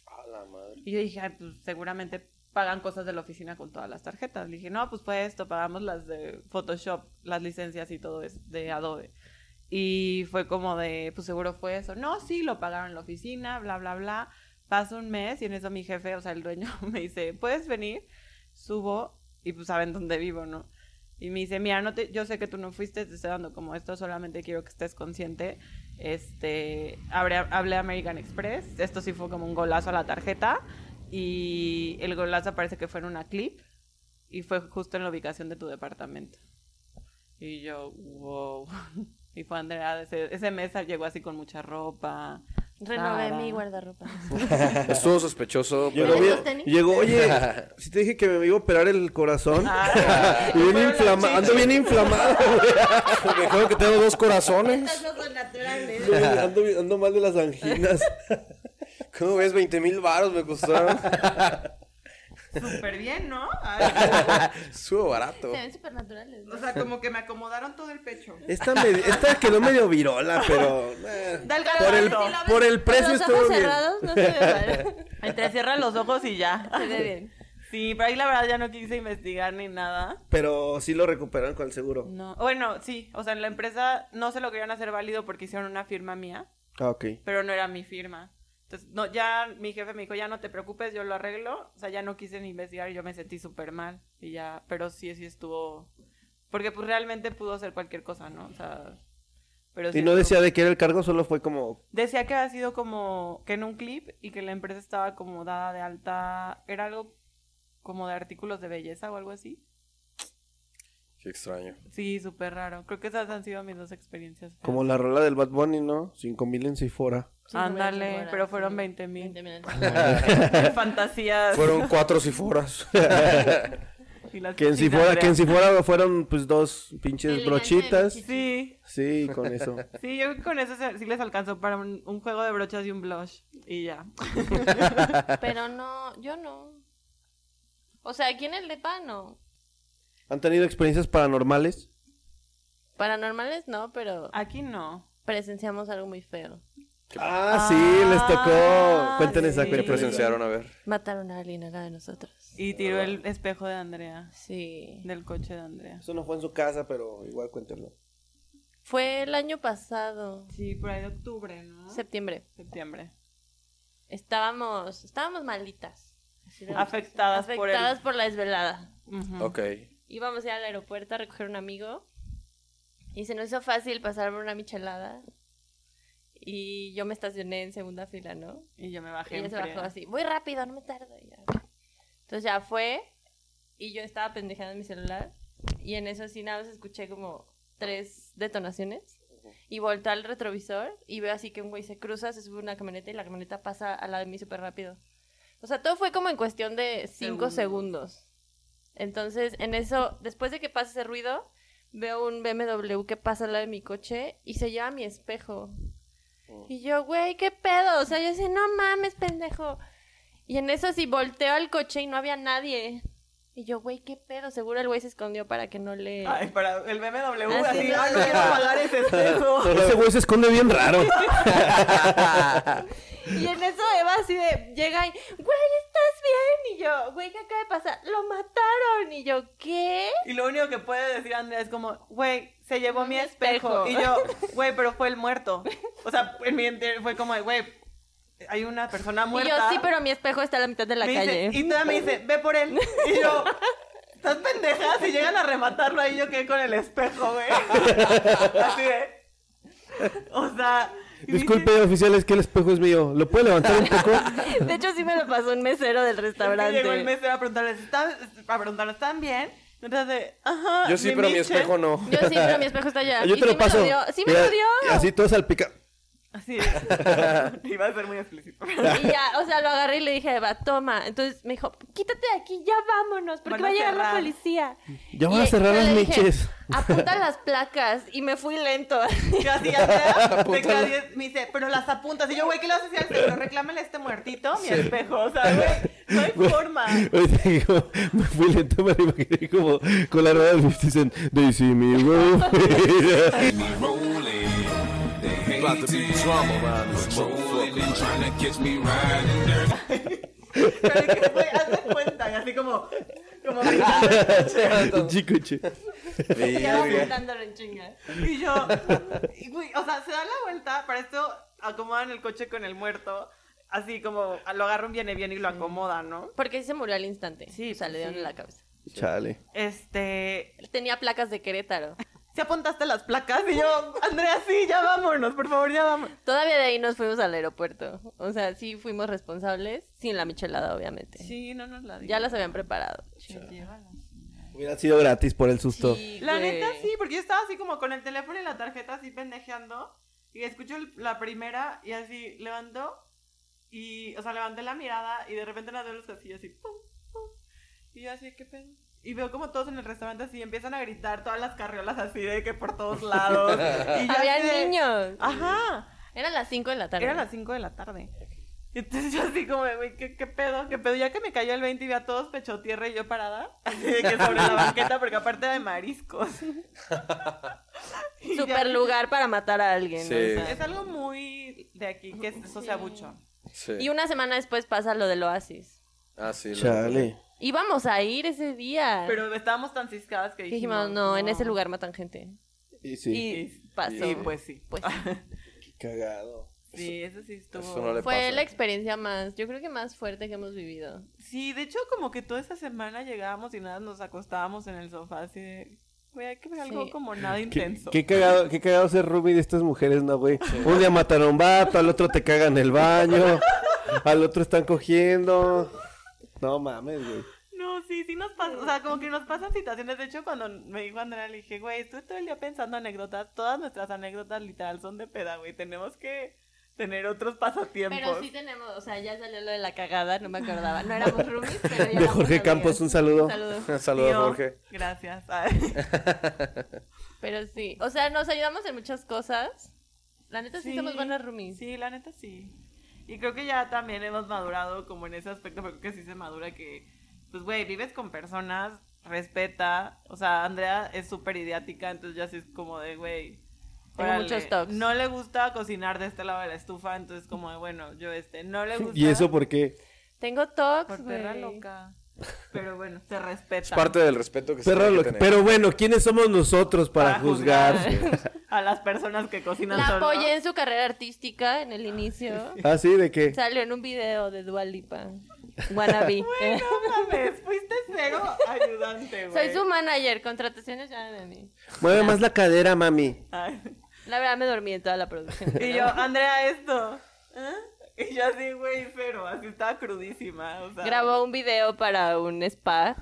Y yo dije, "Ay, pues seguramente pagan cosas de la oficina con todas las tarjetas. Le dije, no, pues fue esto, pagamos las de Photoshop, las licencias y todo es de Adobe. Y fue como de, pues seguro fue eso. No, sí, lo pagaron en la oficina, bla, bla, bla. Pasa un mes y en eso mi jefe, o sea, el dueño, [LAUGHS] me dice, ¿puedes venir? Subo y pues saben dónde vivo, ¿no? Y me dice, mira, no te, yo sé que tú no fuiste, te estoy dando como esto, solamente quiero que estés consciente. Este, hablé, hablé a American Express, esto sí fue como un golazo a la tarjeta y el golazo parece que fue en una clip y fue justo en la ubicación de tu departamento. Y yo, wow. [LAUGHS] Y fue Andrea, ese, ese mes llegó así con mucha ropa.
Renové
Sara.
mi
[LAUGHS]
guardarropa.
Estuvo sospechoso,
Llegó,
pero...
¿Esos
bien-
tenis?
llegó,
[LAUGHS]
oye, si te dije que me iba a operar el corazón.
Ah,
[LAUGHS] Y bien
fueron las
inflamado, ando
[LAUGHS]
bien inflamado,
Porque creo que tengo dos corazones.
no son naturales.
güey. [LAUGHS] Ando, ando mal de las anginas.
[LAUGHS] ¿Cómo ves? 20 mil varos me costaron. [LAUGHS]
Súper bien, ¿no? Ay,
Estuvo barato.
Se ven súper naturales.
o sea, como que me acomodaron todo el pecho.
Esta, me, esta quedó medio virola, pero. eh,
Da el
Por el,
garabato.
por el precio
los
estuvo
ojos
bien.
cerrados no se ve mal.
[LAUGHS] Entre cierra los ojos y ya.
Se ve bien.
Sí, pero ahí la verdad ya no quise investigar ni nada.
Pero sí lo recuperaron con el seguro.
No. Bueno, sí, o sea, en la empresa no se lo querían hacer válido porque hicieron una firma mía,
Ah, ok.
pero no era mi firma. Entonces, no, ya mi jefe me dijo, ya no te preocupes, yo lo arreglo. O sea, ya no quise ni investigar y yo me sentí súper mal. Y ya, pero sí, sí estuvo... Porque pues realmente pudo hacer cualquier cosa, ¿no? O sea... Pero sí
Y no
estuvo-
decía de qué era el cargo, solo fue como.
Decía que había sido como que en un clip y que la empresa estaba acomodada de alta. Era algo como de artículos de belleza o algo así.
[LAUGHS] Qué extraño.
Sí, súper raro. Creo que esas han sido mis dos experiencias. feas. [LAUGHS]
Como la rola del Bad Bunny, ¿no? 5000 en Sephora.
[LAUGHS] Ándale, pero fueron 20 [LAUGHS] mil.
20 mil.
Fantasías.
[LAUGHS]
Fueron cuatro siforas.
y las
Que en si
sin
fuera, que en
Andrea.
si fuera fueron pues dos pinches
Elegante
brochitas.
de
Sí,
Sí, con eso.
sí, yo creo que con eso se- sí les alcanzó para un, un juego de brochas y un blush. Y ya.
Pero no, yo no. O sea, aquí en el depa no.
¿Han tenido experiencias paranormales?
Paranormales no, pero
Aquí no.
presenciamos algo muy feo.
Ah, sí, les tocó.
Ah,
Cuenten esa,
sí.
¿Qué
cuenten esa.
presenciaron? A ver.
Mataron a alguien acá de nosotros.
Y tiró el espejo de Andrea,
Sí.
del coche de Andrea.
Eso no fue en su casa, pero igual cuéntenlo.
Fue el año pasado,
Sí, por ahí de octubre, ¿no?
septiembre.
Septiembre.
Estábamos, estábamos malitas. Así de-
Afectadas, por el...
afectadas por la desvelada. Mm.
Ujú.
Ok.
íbamos a ir al aeropuerto a recoger un amigo y se nos hizo fácil pasar por una michelada y yo me estacioné en segunda fila, ¿no?
Y yo me
Y
bajé
ella
en
se bajó
friega.
así, muy rápido, no me tardo. y ya. Entonces ya fue y yo estaba pendejada en mi celular y en eso sí nada más escuché como tres detonaciones y volteé al retrovisor y veo así que un güey se cruza, se sube a una camioneta y la camioneta pasa al lado de mí súper rápido. O sea, todo fue como en cuestión de cinco
Segundos.
segundos. Entonces, en eso, después de que pasa ese ruido, veo un BMW que pasa al lado de mi coche y se lleva mi espejo. Y yo, güey, ¿qué pedo? O sea, yo decía, no mames, pendejo. Y en eso sí volteo al coche y no había nadie. Y yo, güey, ¿qué pedo? Seguro el güey se escondió para que no le...
Ay, para el BMW,
Así
así,
Ah, no.
ay, no quiero pagar ese
[LAUGHS]
espejo.
Ese güey se esconde bien raro.
Y en eso Eva así de llega y, güey, ¿estás bien? Y yo, güey, ¿qué acaba de pasar? Lo mataron. Y yo, ¿qué?
Y lo único que puede decir Andrea es como, güey, se llevó
Mi
mi espejo.
espejo. [LAUGHS]
Y yo, güey, pero fue el muerto. O sea, en mi enter- fue como, güey, hay una persona muerta.
Y yo, sí, pero mi espejo está a la mitad de la
Me
[LAUGHS]
dice-
calle.
y todavía me dice, ve por él. Y yo, estás pendeja, si llegan a rematarlo ahí yo quedé con el espejo, güey. [LAUGHS] Así de... O sea... y
Disculpe, oficiales, que el espejo es mío. ¿Lo puede
[LAUGHS]
levantar un poco?
De hecho, sí me lo pasó un mesero del
dice- es que
restaurante.
Llegó el mesero a preguntarles, ¿están, a preguntarles, ¿están bien? Entonces, de, ajá.
Yo sí, pero mi
miche.
espejo no.
Yo sí, pero mi espejo está allá.
Ah, Yo
Y
te
sí
lo paso.
Me lo dio. Sí me
Mira,
lo dio.
y Así todo salpicado.
Así es. [LAUGHS] Iba a ser muy explícito.
[LAUGHS] Y ya, o sea, lo agarré y le dije, va, toma. Entonces me dijo, quítate de aquí, ya vámonos, porque
Van
va
a
a llegar la
cerrar.
policía.
Ya
Y-
van a cerrar
yo
las
le dije,
leches. [LAUGHS]
Apunta las placas. Y me fui lento. [LAUGHS]
Yo así, Andrea, de cada diez, me dice, pero las apuntas. Y yo, güey, ¿qué le vas a decir al seguro? Reclámale a este muertito, mi espejo. O sea, güey, no hay forma.
Ahorita que como- me fui lento, me lo imaginé como con la rueda del 50 Cent. They see me [LAUGHS] rolling.
About to be drama around this motherfucker. Trying to catch me riding dirty.
Pero es que, güey, haz de cuenta. Y así como, como gritando.
[LAUGHS] Chicoche.
Ya apuntándolo en chinga.
Y yo, y, güey, o sea, se da la vuelta, para esto acomodan el coche con el muerto, así como lo agarran viene bien y lo acomodan, ¿no?
Porque sí se murió al instante.
Sí, pues
Sí, o sea, le dieron
sí.
en la cabeza.
Chale.
Este,
Tenía placas de Querétaro.
si apuntaste las placas y yo, Andrea, sí, ya vámonos, por favor, ya vámonos.
Todavía de ahí nos fuimos al aeropuerto. O sea, sí fuimos responsables, sin la michelada, obviamente.
Sí, no nos la
Ya las habían preparado.
Hubiera sido gratis por el susto.
Sí,
La
güey.
neta sí, porque yo estaba así como con el teléfono y la tarjeta así pendejeando. Y escucho el- la primera y así levanto. Y, o sea, levanté la mirada y de repente las veo en los casillos así. pum, pum. Y yo así, ¿qué pedo? Y veo como todos en el restaurante así empiezan a gritar todas las carriolas así de que por todos lados.
[LAUGHS]
y yo
Había
así de-
niños.
Ajá.
Eran las 5 de la tarde.
Eran Ah. las 5 de la tarde. Entonces yo así como, de, güey, ¿qué, qué pedo? ¿Qué pedo? Ya que me cayó el 20 y vi a todos pecho tierra y yo parada, así de que sobre la banqueta, porque aparte era de mariscos. Y ya-
Super lugar para matar a alguien.
Sí.
o sea.
Es algo muy de aquí, que es sociabucho.
Sí.
Y una semana después pasa lo del oasis.
Ah, sí. lo-
Chale.
Íbamos a ir ese día.
Pero estábamos tan ciscadas que
Y
dijimos,
dijimos, no, en ese lugar matan gente.
Y sí,
Y
Sí.
pasó.
Sí, pues sí.
Pues
cagado.
[LAUGHS] Sí, eso sí estuvo.
Eso no le
Fue
pasa.
la experiencia más, yo creo que más fuerte que hemos vivido.
Sí, de hecho, como que toda esa semana llegábamos y nada, nos acostábamos en el sofá, así de, güey, hay que ver algo
Sí.
como nada
Qué,
intenso.
qué cagado, qué cagado ser Ruby de estas mujeres, ¿no, güey? Un día mataron a un vato, al otro te cagan el [LAUGHS] baño, al otro están cogiendo. No mames, güey.
No, sí, sí nos pasa, o sea, como que nos pasan situaciones. De hecho, cuando me dijo Andrea, le dije, güey, estuve todo el día pensando anécdotas. Todas nuestras anécdotas literal son de peda, güey. Tenemos que tener otros pasatiempos.
Pero sí tenemos, o sea, ya salió lo de la cagada, no me acordaba. No [LAUGHS] éramos roomies, pero ya
De
éramos
Jorge
amigas.
Campos, un saludo.
Saludos. [LAUGHS]
Saludos,
Tío,
Jorge.
Gracias.
Pero sí, o sea, nos ayudamos en muchas cosas. La neta sí,
Sí.
somos buenas roomies.
Sí, la neta sí. Y creo que ya también hemos madurado como en ese aspecto, pero creo que sí se madura que, pues, güey, vives con personas, respeta. O sea, Andrea es súper idiática, entonces ya sí es como de, güey.
Tengo muchos tocs.
No le gusta cocinar de este lado de la estufa, entonces como de, bueno, yo este. No le gusta.
[LAUGHS] ¿Y eso por qué?
Tengo tox,
por perra
güey.
loca. Pero bueno, se respeta.
Es parte del respeto que se
Perro
tiene que tener.
loco. Pero bueno, ¿quiénes somos nosotros para,
Para
juzgar?
a las personas que cocinan
La
solo.
apoyé en su carrera artística en el [LAUGHS] inicio.
¿Así Ah, de qué?
Salió en un video de Dua Lipa. Wannabe.
Bueno, mames, fuiste cero ayudante, güey.
Soy su manager, contrataciones llamen a mí.
Mueve más la cadera, mami.
Ay.
La verdad me dormí en toda la producción.
[LAUGHS] Y yo, Andrea, esto. ¿eh? Y yo así, güey, pero así estaba crudísima. O sea,
[LAUGHS] Grabó un video para un spa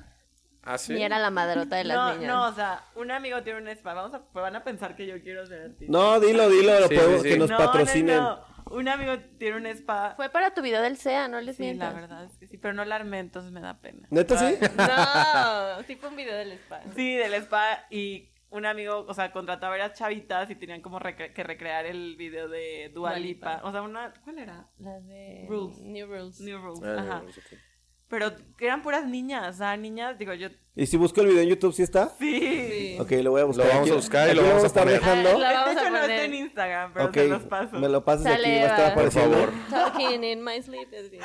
Ah, sí.
y era la madrota de las
no,
niñas.
no, o sea, un amigo tiene un spa. Vamos a, van a pensar que yo quiero ser artista.
No, dilo, dilo, lo
Sí, sí,
podemos-
sí.
que nos
No, no,
patrocinen.
no. Un amigo tiene un spa.
Fue para tu video del SEA, no les
Sí, la
mientas.
verdad es que sí, pero no la armé, entonces me da pena.
¿Neta sí?
No, sí fue un video del spa.
Sí, del spa y un amigo, o sea, contrató a varias chavitas y tenían como recre- que recrear el video de Dua
Dua
Lipa.
Lipa.
O sea, una, ¿cuál era?
La de
Rules.
New Rules.
New Rules,
Ah,
ajá.
no, ok.
Pero eran puras niñas, o sea, niñas, digo yo,
¿Y si busco el video en YouTube, sí está?
sí.
Ok, lo voy a buscar.
Lo vamos
Aquí-
a buscar y
aquí
lo vamos a
estar
poner.
Ah,
dejando.
la vamos
de hecho,
a
no está en
poner.
Instagram, pero
Ok,
se los paso.
me lo pasas de aquí,
Sale,
va a estar
va. Por
apareciendo.
favor.
Talking in my sleep. así.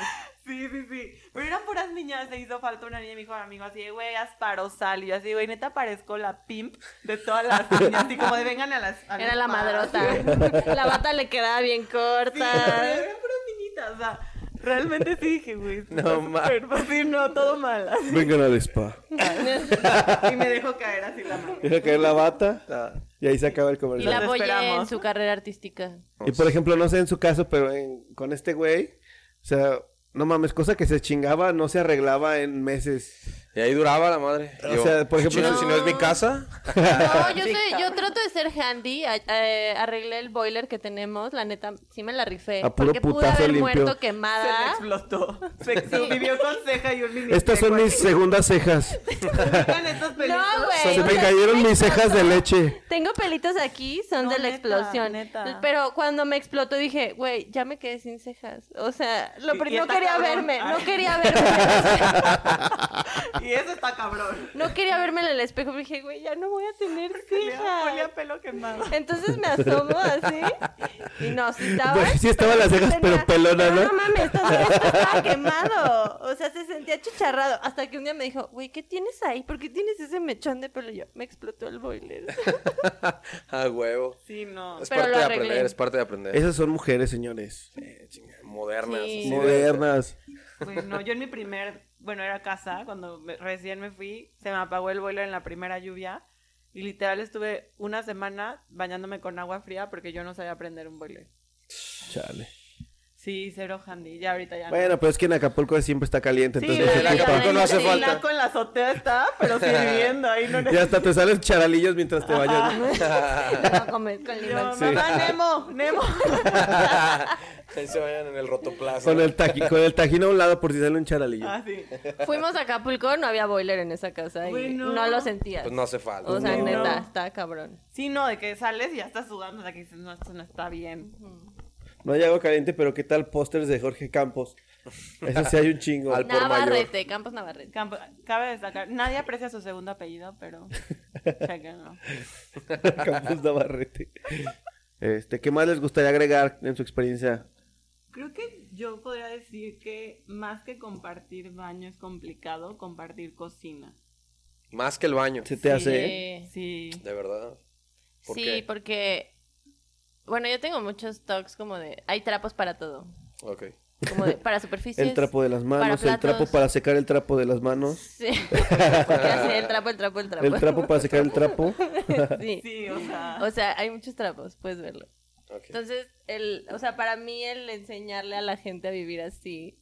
Sí, sí, sí. Pero eran puras niñas, se hizo falta una niña y me dijo a mi amigo así, de, güey, Asparo sal. Y yo así, güey, neta parezco la pimp de todas
[LAUGHS]
las niñas. Así como de vengan a las. a
Era
las
la
spas".
madrota. [LAUGHS] La bata le quedaba bien
Sí, pero
[LAUGHS] corta.
eran puras niñitas, o sea. Realmente sí dije, güey.
No,
No, mal. Sí, no, todo
[LAUGHS]
mal. así.
Vengan al spa.
Pues Y me dejó caer así la mano.
Deja caer la bata y ahí se acaba el
Y
comercial.
la
Nos
apoyé en
esperamos.
su carrera artística.
Y por ejemplo, no sé en su caso, pero en- con este güey, o sea, no mames, cosa que se chingaba, no se arreglaba en meses.
Y ahí duraba la madre.
O sea, por ejemplo-
"Chino, si no es mi casa,
No, yo, soy- yo trato de ser handy. a- eh, arreglé el boiler que tenemos. La neta, sí me la rifé.
A puro
porque pude
putazo
haber
limpio.
muerto
Se le
quemada.
explotó. Se [LAUGHS] vivió con ceja y un mini.
Estas son
seco
mis
aquí.
segundas cejas.
Oigan estos pelitos.
No, güey.
Se
o
me
sea,
cayeron mis cejas de leche.
Tengo pelitos aquí, son
No,
de la
neta,
explosión.
neta.
Pero cuando me explotó dije, güey, ya me quedé sin cejas. O sea, lo
Y-
pri-
y
no
está
quería
cabrón.
verme,
Ay.
no quería verme.
[LAUGHS] [LAUGHS] Y eso está cabrón.
no quería verme en el espejo. pero Dije, güey, ya no voy a tener
Olía olía a
cejas.
pelo quemado.
Entonces me asomo así. Y no, sí estaba.
Güey, sí estaban las cejas, pero pelona,
no,
¿no?
no mames, esto, esto estaba quemado. O sea, se sentía chicharrado. Hasta que un día me dijo, güey, ¿qué tienes ahí? ¿Por qué tienes ese mechón de pelo? Y yo, me explotó el boiler.
a Ah, huevo.
Sí, no.
Es
Pero
parte
lo
de
arreglé.
aprender, es parte de aprender.
Esas son mujeres, señores.
Eh, chinga, Modernas.
Sí.
así de-
Modernas.
Bueno, yo en mi primer, bueno, era casa, cuando me- recién me fui, se me apagó el boiler en la primera lluvia y literal estuve una semana bañándome con agua fría porque yo no sabía prender un boiler.
Chale.
Sí, cero handy, ya ahorita ya. no.
Bueno, pero es que en Acapulco siempre está
pues,
caliente,
Sí,
entonces
la-
no te
la-
ocupa.
Acapulco no hace
sí, la
falta.
con la azotea está,
[LAUGHS]
pero sirviendo ahí no
Y hasta te salen charalillos mientras te bañas. ¿no?
Me va a comer con
Yo,
limón.
Mamá, Ah, Nemo,
[LAUGHS]
Nemo.
Ahí se vayan en el rotoplazo.
Con el, taqui, con el tajín a un lado por si sale un charalillo.
Ah, sí.
Fuimos a Acapulco, no había boiler en esa casa y
Bueno.
no lo sentías.
Pues no hace falta.
O sea,
No.
neta, está cabrón.
Sí, no, de que sales y ya estás sudando, o sea que dices, no, esto no está bien.
No hay agua caliente, pero ¿qué tal pósters de Jorge Campos? Eso sí hay un chingo.
Al- por
Navarrete, Campos Navarrete.
Campo- Cabe destacar, nadie aprecia su segundo apellido,
[LAUGHS]
pero chéquenlo.
[LAUGHS] Campos Navarrete. Este, ¿qué más les gustaría agregar en su experiencia?
Creo que yo podría decir que más que compartir baño es complicado, compartir cocina.
Más que el baño.
¿Se te hace? ¿eh?
Sí,
Sí.
De verdad. ¿Por
Sí,
qué?
porque... Bueno, yo tengo muchos talks como de... Hay trapos para todo.
Ok.
Como de, para superficies.
El trapo de las manos,
Para
el trapo
platos.
para secar el trapo de las manos,
Sí. [LAUGHS] Ya sé, el trapo, el trapo, el trapo.
el trapo para secar el trapo.
[LAUGHS] sí.
Sí, o sea.
O sea, hay muchos trapos, puedes verlo.
ok.
Entonces, el, o sea, para mí el enseñarle a la gente a vivir así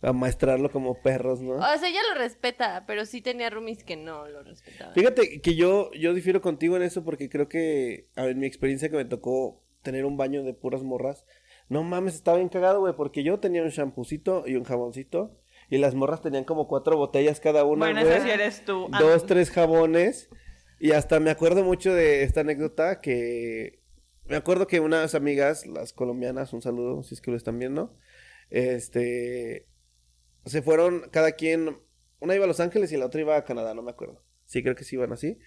Amaestrarlo como perros, ¿no?
O sea, ella lo respeta, pero sí tenía roomies que no lo respetaban.
Fíjate que yo, yo difiero contigo en eso porque creo que, a ver, mi experiencia que me tocó tener un baño de puras morras, No mames, estaba bien cagado, güey, porque yo tenía un champucito y un jaboncito. Y las morras tenían como cuatro botellas cada una,
bueno,
güey.
ese sí eres tú. Ah,
dos, tres jabones. Y hasta me acuerdo mucho de esta anécdota que... Me acuerdo que unas amigas, las colombianas, un saludo, si es que lo están viendo, este... Se fueron cada quien... Una iba a Los Ángeles y la otra iba a Canadá, no me acuerdo. Sí, creo que sí iban así.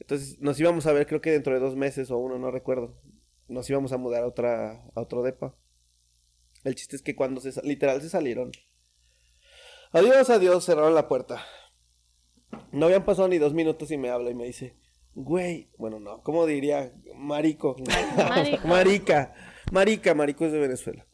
Entonces nos íbamos a ver, creo que dentro de dos meses o uno, no recuerdo. Nos íbamos a mudar a otra, a otro depa. El chiste es que cuando se, sa- literal se salieron. Adiós, adiós, cerraron la puerta. No habían pasado ni dos minutos y me habla y me dice, güey, bueno, no, ¿cómo diría? Marico.
Marico.
Marica. Marica, Marico es de Venezuela.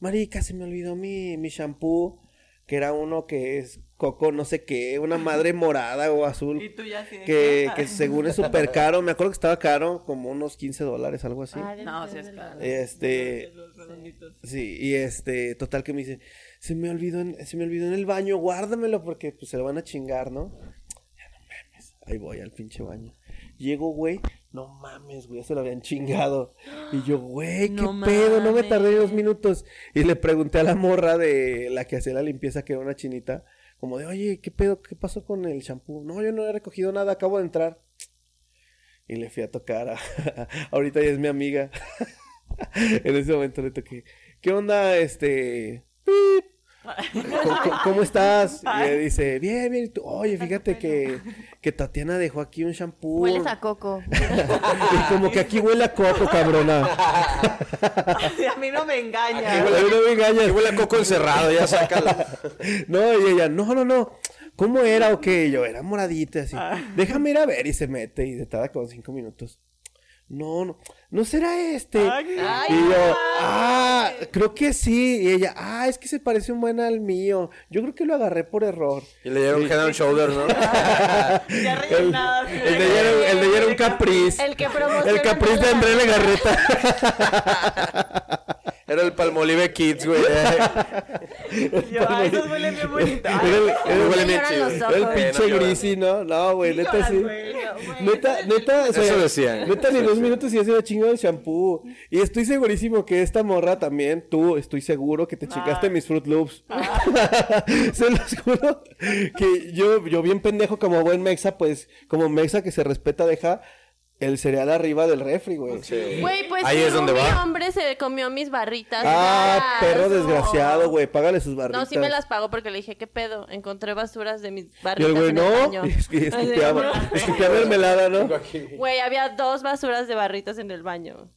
Marica, se me olvidó mi, mi shampoo, que era uno que es coco, no sé qué, una madre morada o azul
Y tú ya sí.
que,
[LAUGHS]
que según es súper caro, me acuerdo que estaba caro, como unos 15 dólares, algo así.
Ah, debe
No, sí
ser
es
de
claro.
Este, sí, y este, total que me dice, se me olvidó en, se me olvidó en el baño, guárdamelo porque pues se lo van a chingar, ¿no? Ya no mames, ahí voy al pinche baño. Llego, güey, no mames, güey, ya se lo habían chingado. Y yo, güey, qué
No
pedo, no me
mames.
tardé dos minutos. Y le pregunté a la morra de la que hacía la limpieza, que era una chinita, como de, oye, qué pedo, qué pasó con el champú. No, yo no he recogido nada, acabo de entrar. Y le fui a tocar a... [LAUGHS] Ahorita ya es mi amiga. [LAUGHS] en ese momento le toqué. ¿Qué onda, este? pip? ¿Cómo, cómo- cómo estás? Y ella dice, bien, bien. Y tú, Oye, fíjate que, que Tatiana dejó aquí un shampoo.
Hueles a coco.
Uh. [LAUGHS] Y como que aquí huele a coco, cabrona.
[LAUGHS] a mí no me
Ay,
engañas.
güey, no me engañes.
Huele a coco encerrado, ya [LAUGHS] sácala.
No, y ella, no, no, no. ¿Cómo era o qué? Y yo, era moradita, así. Déjame ir a ver. Y se mete y se tarda como cinco minutos. No, no, no será este.
Ay,
y yo, ah, creo que sí. Y ella, ah, es que se parece un buen al mío. Yo creo que lo agarré por error.
Y le dieron head and
[LAUGHS]
shoulder, ¿no?
ya rellenada.
El de ella era, un- el de ella era un capriz.
El que promociona.
El capriz de André Legarreta.
Era el Palmolive Kids, güey. [LAUGHS]
Yo, ay, esos huelen bien
[LAUGHS]
bonitos.
Era
Ay,
el, era el-
Huele bien
lloran
chido.
los
era el
ojos.
pinche
Eh, no
grisi, ¿no? No, güey, Pues, neta
lloras,
sí.
güey.
Neta, neta, o sea,
Eso decían.
Neta, ni dos minutos y ya se había chingado el shampoo. Y estoy segurísimo que esta morra también, tú, estoy seguro
Ah.
que te chingaste mis Fruit Loops. [LAUGHS] se los juro que yo, yo bien pendejo como buen mexa, pues, como mexa que se respeta, deja el cereal arriba del refri, güey.
Güey, pues
Ahí
mi
es donde
roomie
va.
hombre se comió mis barritas.
Ah,
raras.
perro
No.
desgraciado, güey, págale sus barritas.
No, sí me las pagó porque le dije, ¿qué pedo? Encontré basuras de mis
Y
barritas.
el güey,
en el
no,
baño.
y [LAUGHS] es- y escupeaba,
Así,
escupea mermelada, ¿no?
Güey, había dos basuras de barritas en el baño.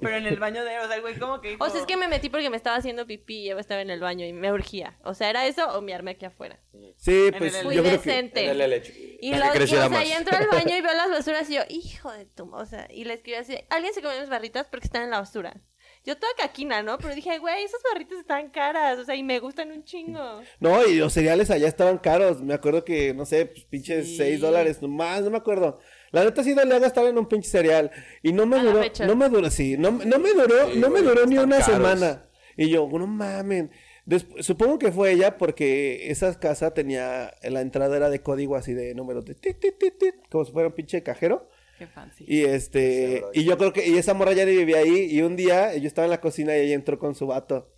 Pero en el baño de, o sea, el güey como que dijo,
O sea, es que me metí porque me estaba haciendo pipí y yo estaba en el baño y me urgía. O sea, era eso o mearme aquí afuera.
Sí,
el-
pues
en
Fui
yo creo que...
decente. Y,
Para
lo,
que
y, o
creciera
sea,
más.
y entro al baño
[LAUGHS]
y veo las basuras y yo, hijo de tu... O sea, y le escribí así, alguien se comió mis barritas porque están en la basura. Yo toda caquina, ¿no? Pero dije, güey, esas barritas están caras, o sea, y me gustan un chingo.
No, y los cereales allá estaban caros. Me acuerdo que, no sé, pues, pinches
Sí.
6 dólares nomás, no me acuerdo. La neta sí dolía gastar en un pinche cereal. Y no me
A la
duró,
fecha.
no me duró, sí, no, no me duró, no me duró ni
están
una
caros.
semana. Y yo, no mamen. Desp- supongo que fue ella porque esa casa tenía, la entrada era de código así de números de tit, tit, tit, tit, como si fuera un pinche cajero.
qué fancy.
Y este, y yo creo que, y esa morra ya ni vivía ahí, y un día yo estaba en la cocina y ella entró con su vato.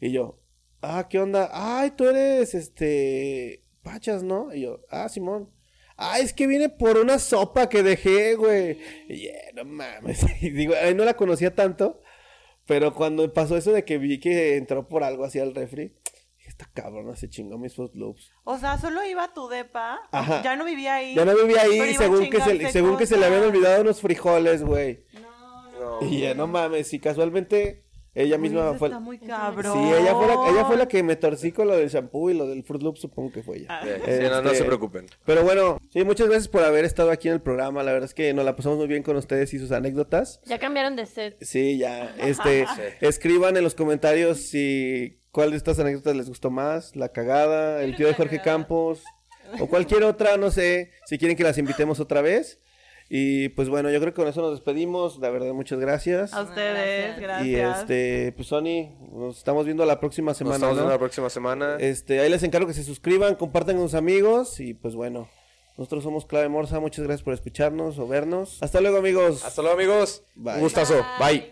Y yo, ah, ¿qué onda? Ay, tú eres este Pachas, ¿no? Y yo, ah, Simón. Ah, es que viene por una sopa que dejé, güey. Y yeah, no mames. [LAUGHS] Y digo, ay, no la conocía tanto. Pero cuando pasó eso de que vi que entró por algo así al refri, dije, esta cabrona se chingó mis Fruit Loops.
O sea, solo iba a tu depa,
Ajá.
ya no vivía ahí.
Ya no vivía ahí
Pero iba a
según que se,
chingarse
según que se le
cosas.
habían olvidado unos frijoles, güey. Y ya no mames, y casualmente ella
Uy,
misma
eso
fue
Está muy cabrón.
Sí, ella fue la, ella fue la que me torcí con lo del shampoo y lo del Fruit Loop, supongo que fue ella.
Ah.
Sí, sí, no, no
Este,
se preocupen.
Pero bueno, sí, muchas gracias por haber estado aquí en el programa. La verdad es que nos la pasamos muy bien con ustedes y sus anécdotas.
Ya cambiaron de set.
Sí, ya. Este, escriban en los comentarios si cuál de estas anécdotas les gustó más, la cagada, el tío de Jorge Campos o cualquier otra, no sé, si quieren que las invitemos otra vez. Y pues bueno, yo creo que con eso nos despedimos. La verdad, muchas gracias.
A ustedes, gracias.
Y este, pues Sony, nos estamos viendo la próxima
Nos
semana.
estamos viendo
¿no?
la próxima semana.
Este, ahí les encargo que se suscriban, compartan con sus amigos y pues bueno, nosotros somos Clave Morsa. Muchas gracias por escucharnos o vernos. Hasta luego, amigos.
Hasta luego, amigos.
Bye.
Un gustazo. Bye.